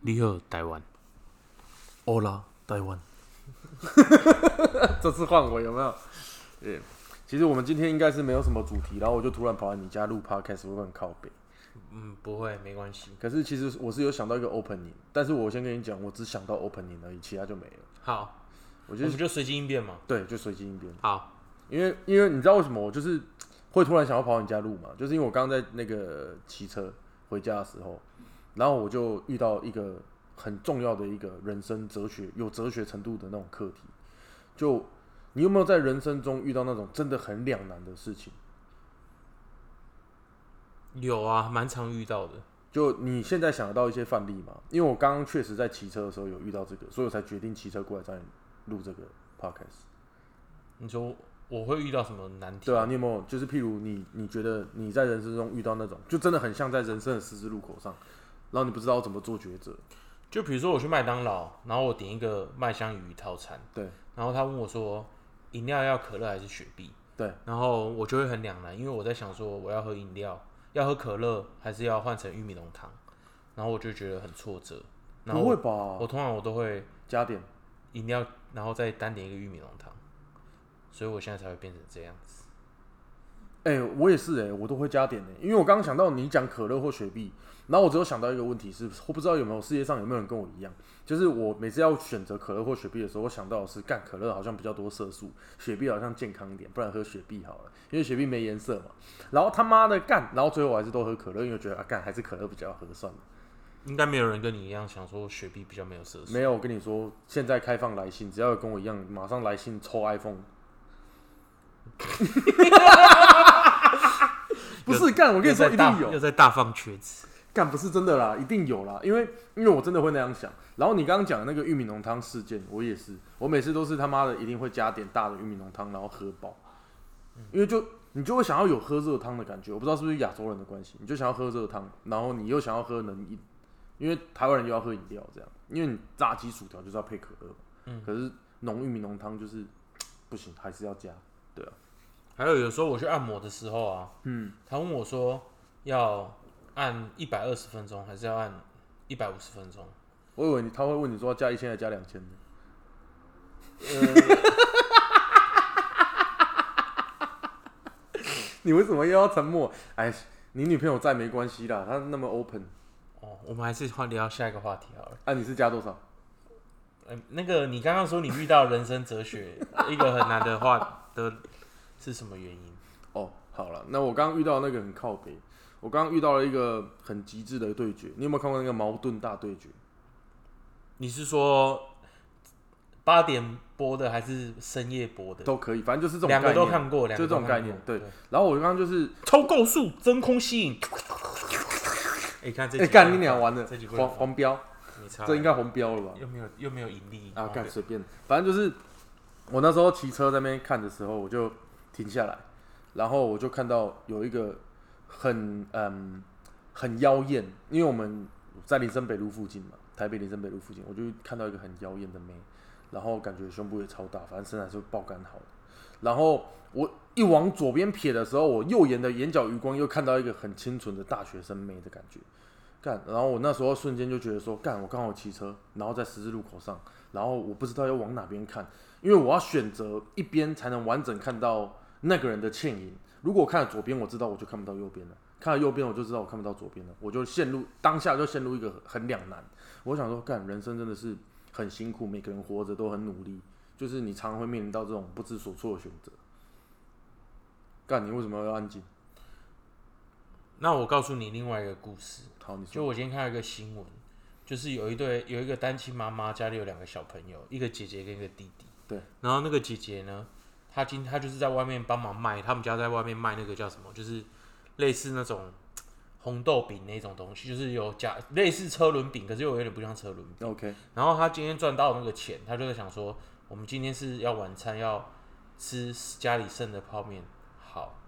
你好，台湾。欧拉台湾， 这次换我有没有？呃，其实我们今天应该是没有什么主题，然后我就突然跑来你家录 podcast，会不会很靠北？嗯，不会，没关系。可是其实我是有想到一个 opening，但是我先跟你讲，我只想到 opening 而已，其他就没了。好，我我就是们就随机应变嘛。对，就随机应变。好，因为因为你知道为什么我就是会突然想要跑你家录嘛？就是因为我刚刚在那个骑车回家的时候，然后我就遇到一个很重要的一个人生哲学有哲学程度的那种课题。就你有没有在人生中遇到那种真的很两难的事情？有啊，蛮常遇到的。就你现在想得到一些范例吗？因为我刚刚确实在骑车的时候有遇到这个，所以我才决定骑车过来找你录这个 podcast。你说我会遇到什么难题？对啊，，你有没有就是譬如你你觉得你在人生中遇到那种，就真的很像在人生的十字路口上，然后你不知道怎么做抉择。就比如说我去麦当劳，然后我点一个麦香鱼套餐，对然后他问我说饮料要可乐还是雪碧，对，然后我就会很两难，因为我在想说我要喝饮料，要喝可乐，还是要换成玉米浓汤，然后我就觉得很挫折。然后不会我吧？我通常我都会加点饮料，然后再单点一个玉米浓汤，所以我现在才会变成这样子。哎、我也是哎、我都会加点哎、因为我刚刚想到你讲可乐或雪碧，然后我只有想到一个问题是，我不知道有没有世界上有没有人跟我一样，就是我每次要选择可乐或雪碧的时候，我想到的是，干可乐好像比较多色素，雪碧好像健康一点，不然喝雪碧好了，因为雪碧没颜色嘛。然后他妈的干，然后最后我还是都喝可乐，因为我觉得啊干还是可乐比较合算了。应该没有人跟你一样想说雪碧比较没有色素。没有，我跟你说，现在开放来信，只要有跟我一样，马上来信抽 iPhone。不是干，我跟你说一定有又，在大放厥词。干不是真的啦，一定有啦，因为因为我真的会那样想。然后你刚刚讲的那个玉米浓汤事件，我也是，我每次都是他妈的一定会加点大的玉米浓汤，然后喝饱，因为就你就会想要有喝热汤的感觉。我不知道是不是亚洲人的关系，你就想要喝热汤，然后你又想要喝冷饮，因为台湾人又要喝饮料这样，因为你炸鸡薯条就是要配可乐，嗯，可是浓玉米浓汤就是不行，还是要加。对啊，还有有时候我去按摩的时候啊，嗯，他问我说要按一百二十分钟还是要按一百五十分钟？我以为你他会问你说要加一千还是加两千的。呃 你为什么又要沉默？哎，你女朋友在没关系啦，她那么 open。哦，我们还是换聊下一个话题好了。啊，你是加多少？哎、那个你刚刚说你遇到人生哲学一个很难的话的是什么原因？哦，好了，那我刚刚遇到那个很靠北，我刚刚遇到了一个很极致的对决。你有没有看过那个矛盾大对决？你是说八点播的还是深夜播的？都可以，反正就是这种概两念。个都看过，两就个这都种看概念过。对，然后我刚刚就是，超构速真空吸引。哎、看这哎，集干你俩完了这几，黄黄标，没差，这应该红标了吧？又没有又没有盈利啊，干对随便，反正就是我那时候骑车在那边看的时候，我就停下来，然后我就看到有一个很嗯很妖艳，因为我们在林森北路附近嘛，台北林森北路附近，我就看到一个很妖艳的妹，然后感觉胸部也超大，反正身材是爆肝好的。然后我一往左边瞥的时候，我右眼的眼角余光又看到一个很清纯的大学生妹的感觉，干，然后我那时候瞬间就觉得说，干，我刚好骑车，然后在十字路口上，然后我不知道要往哪边看，因为我要选择一边才能完整看到那个人的倩影。如果我看了左边，我知道我就看不到右边了；看了右边，我就知道我看不到左边了。我就陷入当下就陷入一个很两难。我想说，干，人生真的是很辛苦，每个人活着都很努力，就是你常常会面临到这种不知所措的选择。干，你为什么要安静？那我告诉你另外一个故事，好，你就说。我今天看到一个新闻，就是有一对有一个单亲妈妈，家里有两个小朋友，一个姐姐跟一个弟弟。对，然后那个姐姐呢，他今他就是在外面帮忙卖，他们家在外面卖那个叫什么，就是类似那种红豆饼那种东西，就是有加类似车轮饼，可是又有点不像车轮饼。 OK，然后他今天赚到那个钱，他就在想说，我们今天是要晚餐要吃家里剩的泡面好，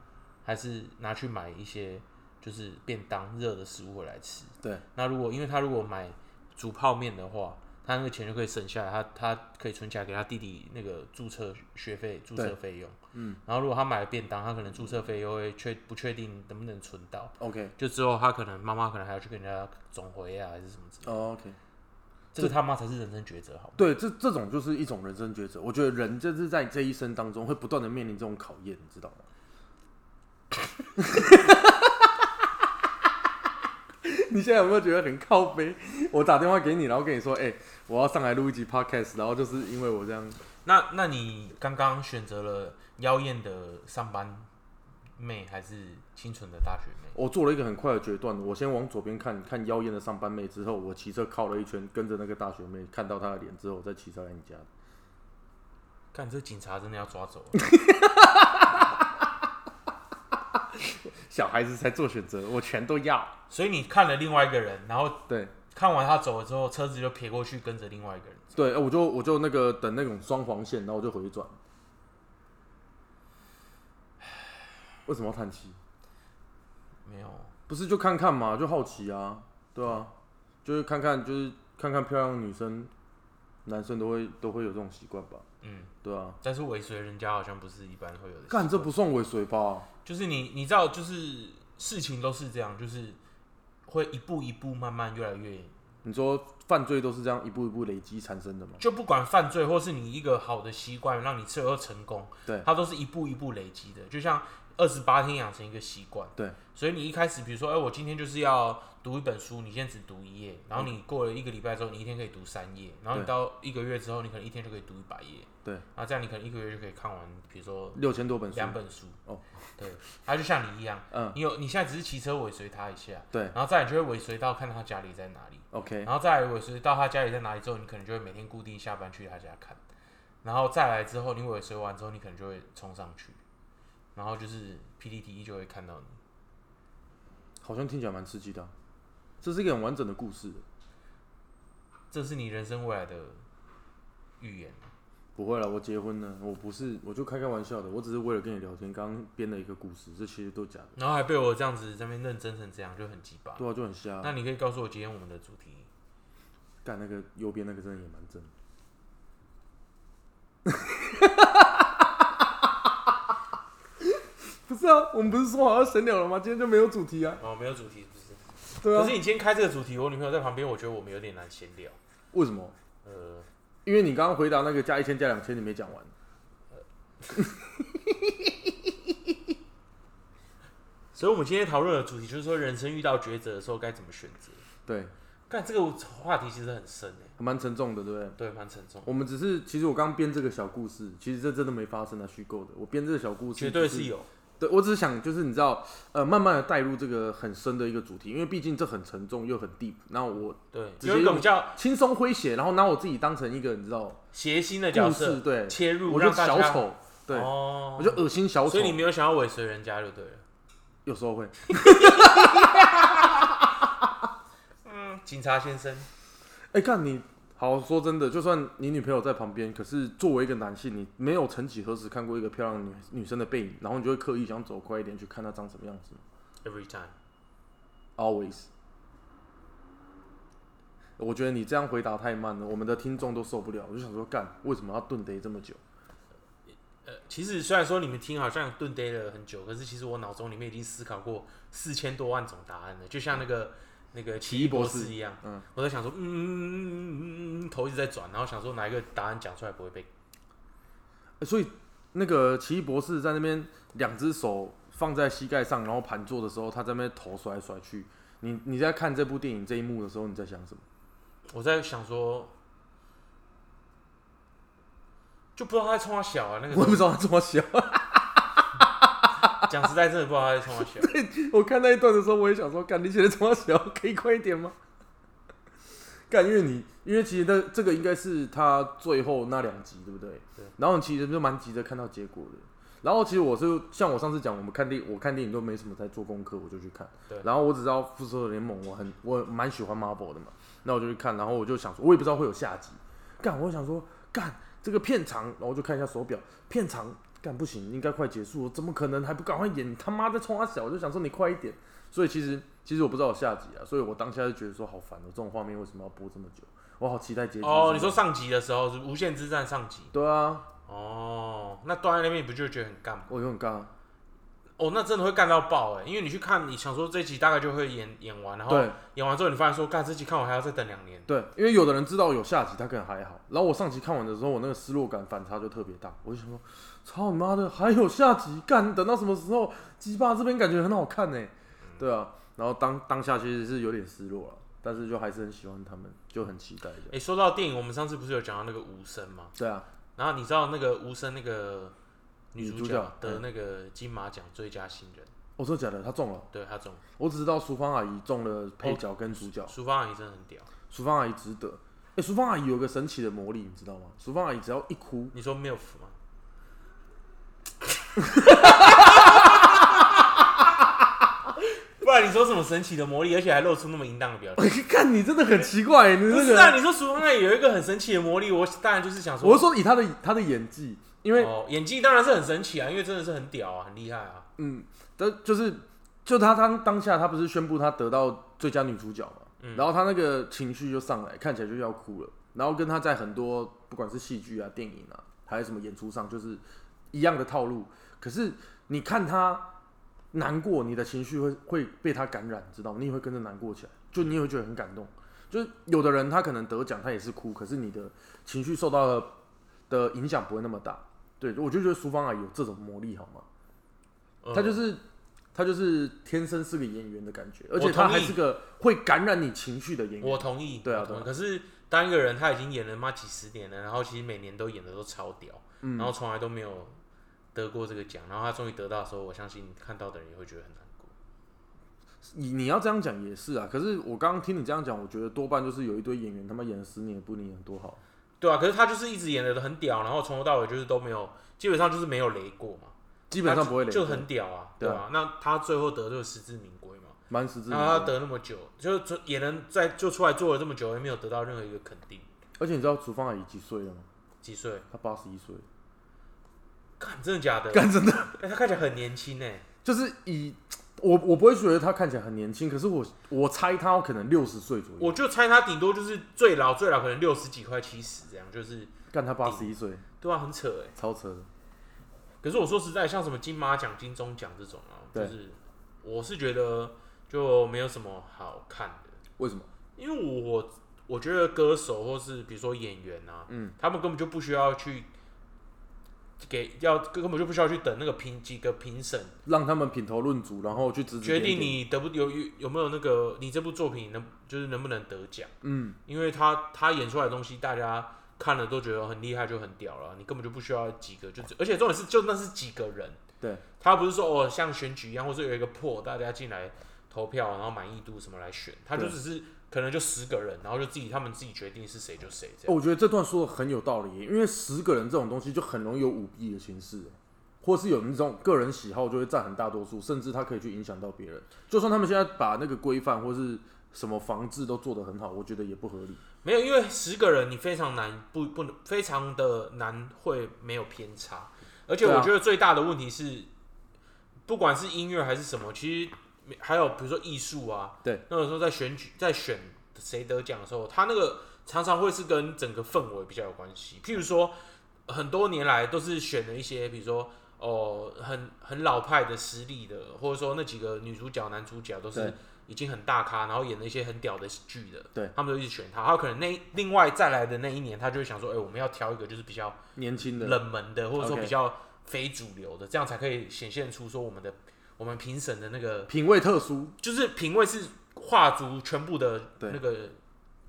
还是拿去买一些就是便当热的食物回来吃？对，那如果因为他如果买煮泡面的话，他那个钱就可以省下来，他他可以存起来给他弟弟那个注册学费、注册对费用。嗯，然后如果他买了便当，他可能注册费又会确不确定能不能存到， OK，就之后他可能妈妈可能还要去跟人家总回啊，还是什么之类的。哦，OK，这个他妈才是人生抉择，好吗？对，这这种就是一种人生抉择。我觉得人就是在这一生当中会不断的面临这种考验，你知道吗？ 你现在有没有觉得很靠背？我打电话给你，然后跟你说，哎、我要上来录一集 podcast，然后就是因为我这样，那那你刚刚选择了妖艳的上班妹，还是清纯的大学妹？我做了一个很快的决断。我先往左边看看妖艳的上班妹，之后我骑车靠了一圈，跟着那个大学妹，看到她的脸之后，我再骑车来你家。看这警察真的要抓走了。小孩子才做选择，我全都要。 所以你看了另外一个人，然后对，看完他走了之后，车子就撇过去跟着另外一个人。对，呃我就我就那个等那种双黄线，然后我就回转。为什么要叹气？没有，不是就看看嘛，就好奇啊，对啊，就是看看，就是看看漂亮的女生，男生都会都会有这种习惯吧，嗯，对啊。但是尾随人家好像不是一般会有的。干这不，算尾随吧？就是你你知道，就是事情都是这样，就是会一步一步慢慢越来越。你说犯罪都是这样一步一步累积产生的吗？就不管犯罪，或是你一个好的习惯，让你最后成功，对它都是一步一步累积的。就像二十八天养成一个习惯，对，所以你一开始，比如说，哎、我今天就是要读一本书，你先只读一页，然后你过了一个礼拜之后，你一天可以读三页，然后你对到一个月之后，你可能一天就可以读一百页，对，然后这样你可能一个月就可以看完，比如说六千多本书，两本书，哦，对，它就像你一样，嗯你有你现在只是骑车尾随他一下，对然后再来你就会尾随到看他家里在哪里， ，OK，然后再来尾随到他家里在哪里之后，你可能就会每天固定下班去他家看，然后再来之后，你尾随完之后，你可能就会冲上去，然后就是 PDD E 就会看到你。好像听起来蛮刺激的啊、这是一个很完整的故事。这是你人生未来的预言。不会了，我结婚了，我不是，我就开开玩笑的，我只是为了跟你聊天，刚刚编了一个故事，这其实都假的。然后还被我这样子在那边认真成这样，就很鸡巴。对啊，就很瞎。那你可以告诉我今天我们的主题？干那个右边那个真的也蛮正的。 不是啊，我们不是说好要闲聊了吗？今天就没有主题啊。哦，没有主题是不是？对可啊是，你今天开这个主题，我女朋友在旁边，我觉得我们有点难闲聊。为什么？呃，因为你刚刚回答那个加一千加两千，你没讲完。所以我们今天讨论的主题就是说，人生遇到抉择的时候该怎么选择。对，但这个话题其实很深诶，蛮沉重的，对不对？对，蛮沉重，我们只是，其实我刚编这个小故事，其实这真的没发生啊，虚构的。我编这个小故事，绝对是有。对，我只是想就是你知道，呃，慢慢的带入这个很深的一个主题，因为毕竟这很沉重又很 deep。那我对，直接有一种用叫轻松诙谐，然后拿我自己当成一个你知道谐星的角故事，色，对，切入我就让大家小丑，对，哦我，就恶心小丑所以，你没有想要尾随人家就对了。有时候会。嗯，警察先生，哎，看你好说真的，就算你女朋友在旁边，可是作为一个男性，你没有曾几何时看过一个漂亮的女女生的背影，然后你就会刻意想走快一点去看她长什么样子吗 Every time， ？Always。我觉得你这样回答太慢了，我们的听众都受不了。我就想说，干为什么要顿得这么久？呃，其实虽然说你们听好像顿呆了很久，可是其实我脑中里面已经思考过四千多万种答案了，就像那个那个奇异博士一样，嗯，我在想说，嗯嗯嗯嗯嗯，头一直在转，然后想说哪一个答案讲出来不会被，欸所以那个奇异博士在那边两只手放在膝盖上，然后盘坐的时候，他在那边头甩来甩去。你你在看这部电影这一幕的时候，你在想什么？ 我在想说，就不知道他在冲他小啊，那个我也不知道他这么小。 讲实在真的不知道他在冲他小，我看那一段的时候，我也想说，干你写的这么小，可以快一点吗？干，因为你因为其实这这个应该是他最后那两集，对不对？对。然后你其实就蛮急着看到结果的。然后其实我是像我上次讲，我们看电我看电影都没什么在做功课，我就去看。对然后我只知道《复仇者联盟》，我很我蛮喜欢 Marvel 的嘛，那我就去看，然后我就想说，我也不知道会有下集。干，我想说干这个片长，然后我就看一下手表，片长干不行，应该快结束了，怎么可能还不赶快演？他妈在冲他小，我就想说你快一点。所以其实其实我不知道有下集啊，所以我当下就觉得说好烦哦，这种画面为什么要播这么久？我好期待结局。哦，你说？上集的时候是《无限之战》上集对啊，哦，那端在那边你不就觉得很干嘛？我有很尬啊。哦，那真的会干到爆哎、因为你去看，你想说这集大概就会演演完，然后对演完之后你发现说，啊干这集看完还要再等两年。对，因为有的人知道有下集，他可能还好。然后我上集看完的时候，我那个失落感反差就特别大，我就想说，操你妈的，还有下集，干等到什么时候？鸡巴这边感觉很好看呢、对啊。然后当当下其实是有点失落了，但是就还是很喜欢他们，就很期待哎、的。说到电影，我们上次不是有讲到那个无声吗？对啊，然后你知道那个无声那个女女主主角角得嗯那个金马奖最佳新人，我、说真的假的，他中了。对她中，我只知道淑芳阿姨中了配角跟主角，淑芳阿姨真的很屌。淑芳阿姨值得。哎、淑芳阿姨有个神奇的魔力，你知道吗？淑芳阿姨只要一哭， 你说 MILF 吗？不然你说什么神奇的魔力，而且还露出那么淫荡的表情？看你真的很奇怪、你不这是个啊，你说淑芳阿姨有一个很神奇的魔力，我当然就是想说，我是说以她的她的演技，因为哦，演技当然是很神奇啊，因为真的是很屌啊，很厉害啊。嗯，但就是就她当当下她不是宣布她得到最佳女主角嘛，然后她那个情绪就上来，看起来就要哭了。然后跟她在很多不管是戏剧啊、电影啊，还有什么演出上，就是一样的套路。可是你看她难过，你的情绪会会被她感染，知道吗？你也会跟着难过起来，就你也会觉得很感动。就是有的人他可能得奖，他也是哭，可是你的情绪受到的的影响不会那么大。对，我就觉得淑芳阿姨有这种魔力，好嗯吗？他就是他就是天生是个演员的感觉，而且我他同还意是个会感染你情绪的演员。我同意，对啊我同意。对可是当一个人他已经演了妈几十年了，然后其实每年都演的都超屌，嗯然后从来都没有得过这个奖，然后他终于得到的时候，我相信看到的人也会觉得很难过。你你要这样讲也是啊，可是我刚刚听你这样讲，我觉得多半就是有一堆演员他妈演了十年也不一定演得多好。对啊，可是他就是一直演的很屌，然后从头到尾就是都没有，基本上就是没有雷过嘛，基本上不会累他积，就就很屌啊，对对啊啊。那他最后得就是实至名归嘛，蛮实质那他的。得那么久，就就也能在就出来做了这么久，也没有得到任何一个肯定。而且你知道楚芳阿姨几岁了吗？几岁？她八十 一岁，看真的假的？干真的哎，他看起来很年轻哎、就是以我我不会觉得她看起来很年轻，可是我我猜她可能六十岁左右。我就猜他顶多就是最老最老可能六十几块七十这样，就是干她八十一岁，对啊，很扯哎、超扯的。可是我说实在，像什么金马奖、金钟奖这种啊，就对是我是觉得就没有什么好看的。为什么？因为我我觉得歌手或是比如说演员啊，嗯，他们根本就不需要去给要根本就不需要去等那个评几个评审让他们品头论足，然后去指指决点定点。你得不有有有没有那个你这部作品能就是能不能得奖，嗯，因为他他演出来的东西大家。看了都觉得很厉害，就很屌了。你根本就不需要几个，就只而且重点是，就那是几个人，对，他不是说哦像选举一样，或是有一个破大家进来投票，然后满意度什么来选，他就对只是可能就十个人，然后就自己他们自己决定是谁就谁这哦样。我觉得这段说的很有道理耶，因为十个人这种东西就很容易有舞弊的形式耶，或是有那种个人喜好就会占很大多数，甚至他可以去影响到别人。就算他们现在把那个规范或是什么防治都做得很好，我觉得也不合理。没有，因为十个人你非常难不不能非常的难会没有偏差，而且对啊我觉得最大的问题是，不管是音乐还是什么，其实还有比如说艺术啊，对，那个时候在选举在选谁得奖的时候，他那个常常会是跟整个氛围比较有关系。譬如说，很多年来都是选了一些，比如说哦、很很老派的实力的，或者说那几个女主角、男主角都是对已经很大咖，然后演了一些很屌的剧的，对他们都一直选他。还有可能那另外再来的那一年，他就会想说，哎、我们要挑一个就是比较年轻的，冷门的，或者说 OK 比较非主流的，这样才可以显现出说我们的我们评审的那个品味特殊，就是品味是跨足全部的对那个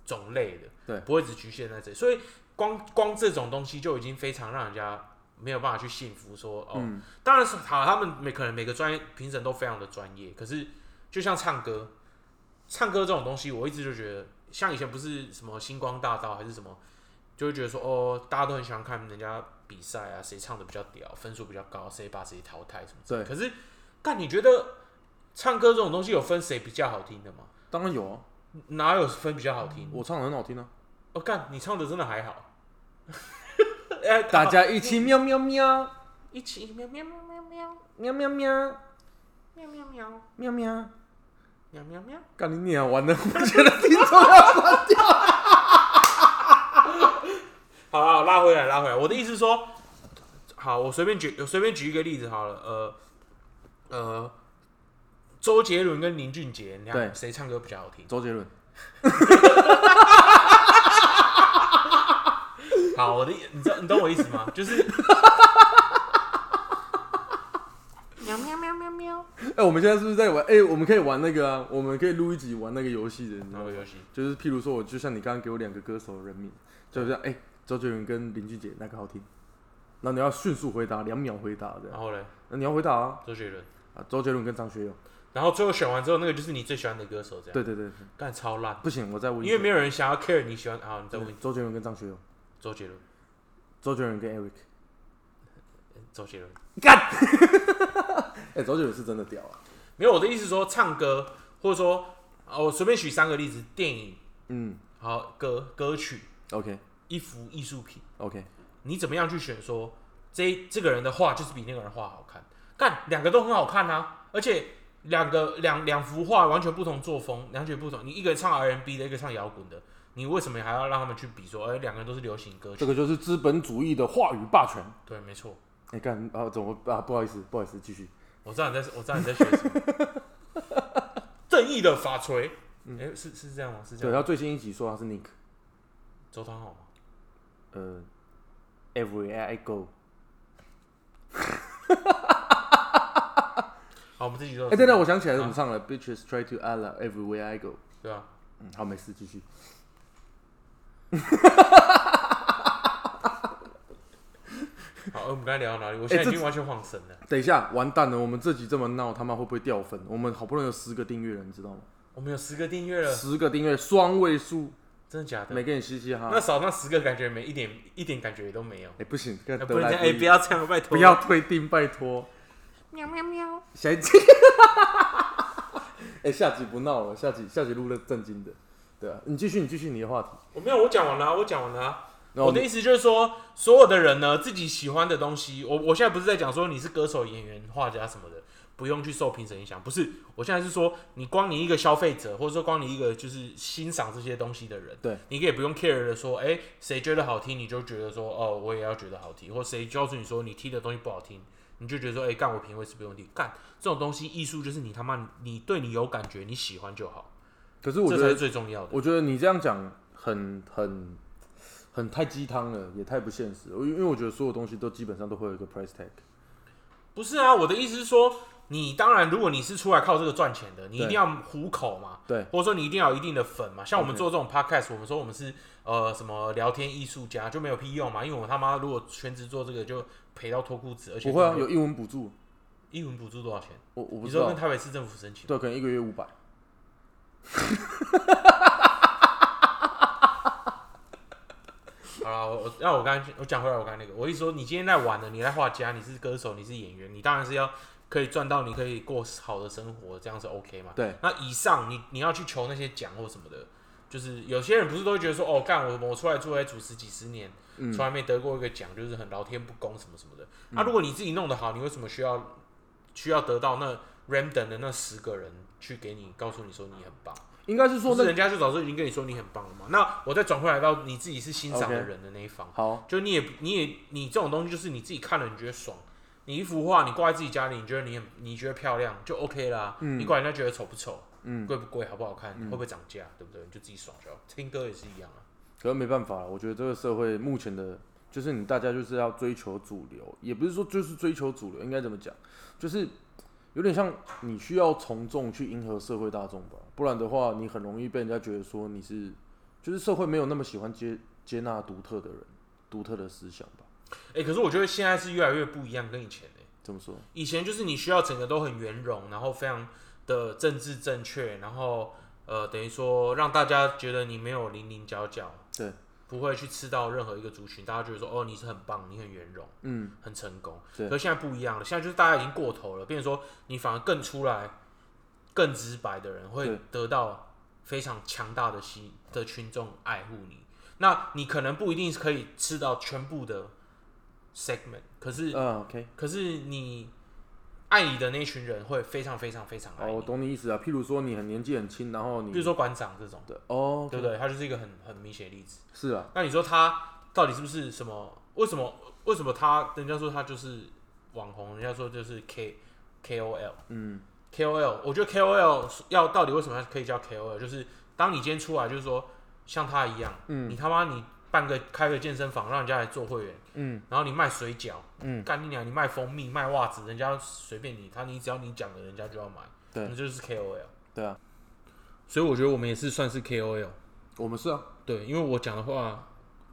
种类的，对不会只局限在这里。所以光光这种东西就已经非常让人家没有办法去信服说哦，嗯当然是好，他们每可能每个专业评审都非常的专业，可是就像唱歌，唱歌这种东西，我一直就觉得像以前不是什么星光大道还是什么，就会觉得说哦，大家都很喜欢看人家比赛啊，谁唱的比较屌，分数比较高，谁把谁淘汰什么之类的。可是，但你觉得唱歌这种东西有分谁比较好听的吗？当然有啊，哪有分比较好听？我唱的很好听啊，哦，干，你唱的真的还好。哎，大家一起喵喵喵一起喵喵喵喵喵喵喵喵喵喵喵喵喵，喵喵喵，干你娘完了，我觉得听众要关掉。好啦，拉回来，拉回来。我的意思是说，好，我随便举，我随便举一个例子好了。呃，呃，周杰伦跟林俊杰，你看对谁唱歌比较好听？ 周杰伦，好，我的意，你知道，你懂我意思吗？就是，喵喵喵喵喵，哎、我们现在是不是在玩？哎、我们可以玩那个啊，我们可以录一集玩那个游戏的，你知哪道吗个？游戏？就是譬如说，我就像你刚刚给我两个歌手的人名，就像哎、周杰伦跟林俊杰哪个好听？然后你要迅速回答，两秒回答这然样。后嘞，那你要回答啊，周杰伦。啊周杰伦跟张学友。然后最后选完之后，那个就是你最喜欢的歌手，这样。对对对，对干超烂，不行，我再问一啊因下。为没有人想要 care 你喜欢。好，你再问对周杰伦跟张学友，周杰伦，周杰伦跟 Eric。周杰伦。干！哎、周杰伦是真的屌啊。没有，我的意思是说，唱歌或者说，哦，我随便举三个例子：电影、嗯好歌、歌曲、 ，OK 一幅艺术品， OK，你怎么样去选说这这个人的画就是比那个人画好看？干，两个都很好看啊，而且两个两两幅画完全不同作风，完全不同。你一个唱 R&B 的，一个唱摇滚的，你为什么还要让他们去比说，哎、两个人都是流行歌曲？这个就是资本主义的话语霸权。对，没错，哎、干啊，怎么啊？不好意思，不好意思，继续。我知道你在，我知道你在学什么。 正义的法锤，哎、嗯是是这样吗？是这对样吗。他最新一集说他是 Nick，周汤好吗？呃，Everywhere I Go。好，我们这集都有哎、等等，时我间想起来怎么啊唱了、b i t c h e s try to a l l a everywhere I go。对啊，嗯，好，没事，继续。好，呃我们刚才聊到哪里？我现在哎这已经完全晃神了。等一下，完蛋了，我们这集这么闹，他妈会不会掉粉？我们好不容易有十个订阅了，你知道吗？我们有十个订阅了，十个订阅，双位数，真的假的每？个人嘻嘻哈哈。那少那十个感觉没一点一点感觉也都没有。哎、不行，跟哎得不能来这样，易哎，不要这样，拜托，不要退订，拜托。喵喵喵。下一集， 哎、下集不闹了，下集下集录了正经的，对啊，你继续，你继续你的话题。我没有，我讲完了啊，我讲完了啊。然我后的意思就是说，所有的人呢，自己喜欢的东西，我我现在不是在讲说你是歌手、演员、画家什么的，不用去受评审影响，不是。我现在是说，你光你一个消费者，或者说光你一个就是欣赏这些东西的人，对，你也不用 care 的说，哎、谁觉得好听，你就觉得说，哦，我也要觉得好听，或谁告诉你说你踢的东西不好听，你就觉得说，哎、干我品味是不用听，干这种东西，艺术就是你他妈你对你有感觉，你喜欢就好，可是我这觉才是得，最重要的。我觉得你这样讲很很很太鸡汤了，也太不现实了。因为因为我觉得所有东西都基本上都会有一个 price tag。不是啊，我的意思是说，你当然，如果你是出来靠这个赚钱的，你一对定要糊口嘛，对或者说你一定要有一定的粉嘛。像我们 OK 做这种 podcast，我们说我们是呃什么聊天艺术家就没有屁用嘛，因为我他妈如果全职做这个就赔到脱裤子，而且不会啊，这个有英文补助，一文补助多少钱？我我不你知说道跟，台北市政府申请，对，可能一个月五百。好啦，我我那我刚才我讲回来，我刚才那个，我一说你今天在玩的，你在画家，你是歌手，你是演员，你当然是要可以赚到，你可以过好的生活，这样是 OK 嘛？对。那以上你你要去求那些奖或什么的，就是有些人不是都会觉得说，哦，干我我出来出来主持几十年，嗯从来没得过一个奖，就是很老天不公什么什么的。那、如果你自己弄得好，你为什么需要需要得到那 random 的那十个人去给你告诉你说你很棒？应该是说不哦那是人家就早就已经跟你说你很棒了嘛？那我再转回来到你自己是欣赏的 OK 人的那一方。好，就你也你也你这种东西，就是你自己看了你觉得爽，你一幅画你挂在自己家里，你觉得你很你觉得漂亮就 OK 啦。你管人家觉得丑不丑，嗯贵不贵，好不好看，会不会涨价，对不对？你就自己爽就好。听歌也是一样啊。可能没办法了。我觉得这个社会目前的，就是你大家就是要追求主流，也不是说就是追求主流，应该怎么讲？就是有点像你需要从众去迎合社会大众吧，不然的话，你很容易被人家觉得说你是，就是社会没有那么喜欢接接纳独特的人、独特的思想吧？哎、可是我觉得现在是越来越不一样，跟以前哎、怎么说？以前就是你需要整个都很圆融，然后非常的政治正确，然后呃，等于说让大家觉得你没有零零角角，对，不会去吃到任何一个族群，大家觉得说哦你是很棒，你很圆融，嗯，很成功。对可是现在不一样了，现在就是大家已经过头了，变成说你反而更出来、更直白的人会对得到非常强大的吸的群众爱护你。那你可能不一定可以吃到全部的 segment，可是、嗯，OK，可是你爱你的那群人会非常非常非常爱哦，你，我懂你意思啊。譬如说你很年纪很轻，然后你，比如说馆长这种，对，哦，对不对？他就是一个很很明显的例子。是啊，那你说他到底是不是什么？为什么？为什么他人家说他就是网红，人家说就是 K K O L 嗯 K O L，我觉得 K O L 要到底为什么可以叫 K O L？就是当你今天出来，就是说像他一样，你嗯他妈你办个开个健身房，让人家来做会员，嗯然后你卖水饺，嗯，干你娘，你卖蜂蜜、卖袜子，人家随便你，他你只要你讲了，人家就要买，对那就是 K O L。对啊，所以我觉得我们也是算是 K O L，我们是啊，对，因为我讲的话，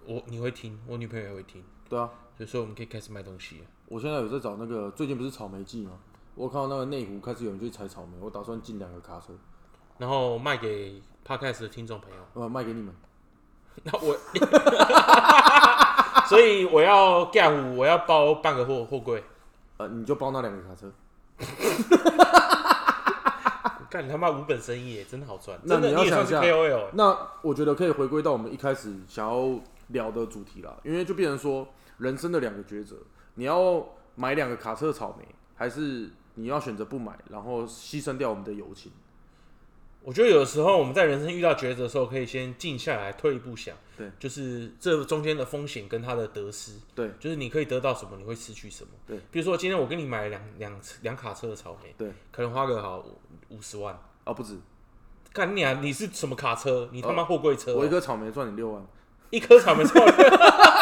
我你会听，我女朋友也会听。对啊，所以说我们可以开始卖东西了。我现在有在找那个，最近不是草莓季吗？我看到那个内湖开始有人去采草莓，我打算进两个卡车，然后卖给 podcast 的听众朋友。呃，卖给你们。那 我， 所以我要盖虎，我要包半个货货柜。呃，你就包那两个卡车，干你他妈无本生意耶，真的好赚。那真的你要也算是想一下 KOL 耶。那我觉得可以回归到我们一开始想要聊的主题啦，因为就变成说人生的两个抉择，你要买两个卡车的草莓，还是你要选择不买，然后牺牲掉我们的友情？我觉得有时候我们在人生遇到抉择的时候，可以先静下来，退一步想。对就是这中间的风险跟它的得失，对就是你可以得到什么，你会失去什么。对，比如说今天我跟你买了两两两卡车的草莓，对，可能花个好五十万。啊，不止，干你啊！你是什么卡车？你他妈货柜车哦、我一颗草莓赚你六万，一颗草 莓错了。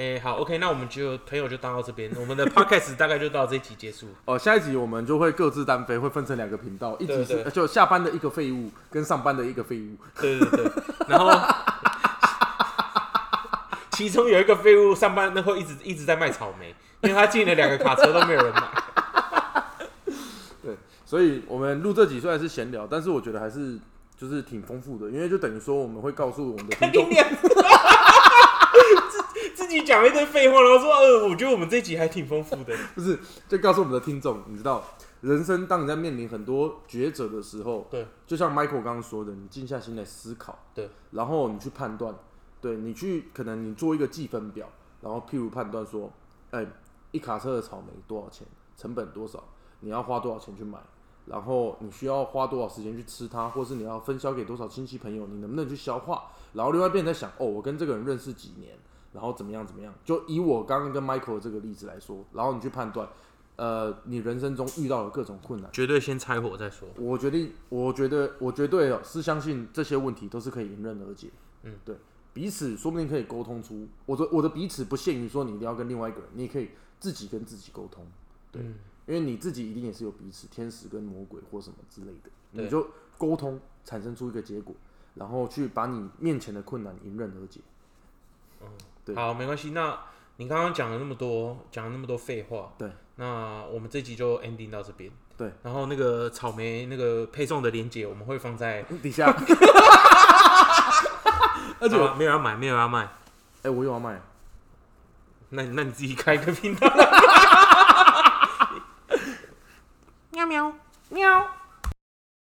哎、好，OK，那我们就朋友就当到这边，我们的 podcast 大概就到这一集结束。哦，下一集我们就会各自单飞，会分成两个频道，一集是对对呃就下班的一个废物，跟上班的一个废物。对对对，然后 其中有一个废物上班那会一直一直在卖草莓，因为他进了两个卡车都没有人买。对，所以我们录这集虽然是闲聊，但是我觉得还是就是挺丰富的，因为就等于说我们会告诉我们的听你众，俩 自自己讲了一堆废话，然后说呃，我觉得我们这一集还挺丰富的。 不是就告诉我们的听众，你知道，人生当你在面临很多抉择的时候，对就像 Michael 刚刚说的，你静下心来思考，对，然后你去判断，对你去可能你做一个计分表，然后譬如判断说，哎、一卡车的草莓多少钱，成本多少，你要花多少钱去买，然后你需要花多少时间去吃它，或是你要分销给多少亲戚朋友，你能不能去消化？然后另外一边在想，哦，我跟这个人认识几年，然后怎么样怎么样？就以我刚刚跟 Michael 这个例子来说，然后你去判断，呃，你人生中遇到了各种困难。绝对先拆火再说。我决定，我觉得，我绝对哦是相信这些问题都是可以迎刃而解。嗯，对，彼此说不定可以沟通出我的我的彼此不限于说你一定要跟另外一个人，你也可以自己跟自己沟通。对，嗯因为你自己一定也是有彼此天使跟魔鬼或什么之类的，对你就沟通产生出一个结果，然后去把你面前的困难迎刃而解。对好，没关系。那你刚刚讲了那么多，讲了那么多废话，对，那我们这集就 ending 到这边。 对，然后那个草莓那个配送的链接，我们会放在，底下，而且我，啊没有要买，没有要卖，哎、我又要卖，那那你自己开一个频道。喵喵喵。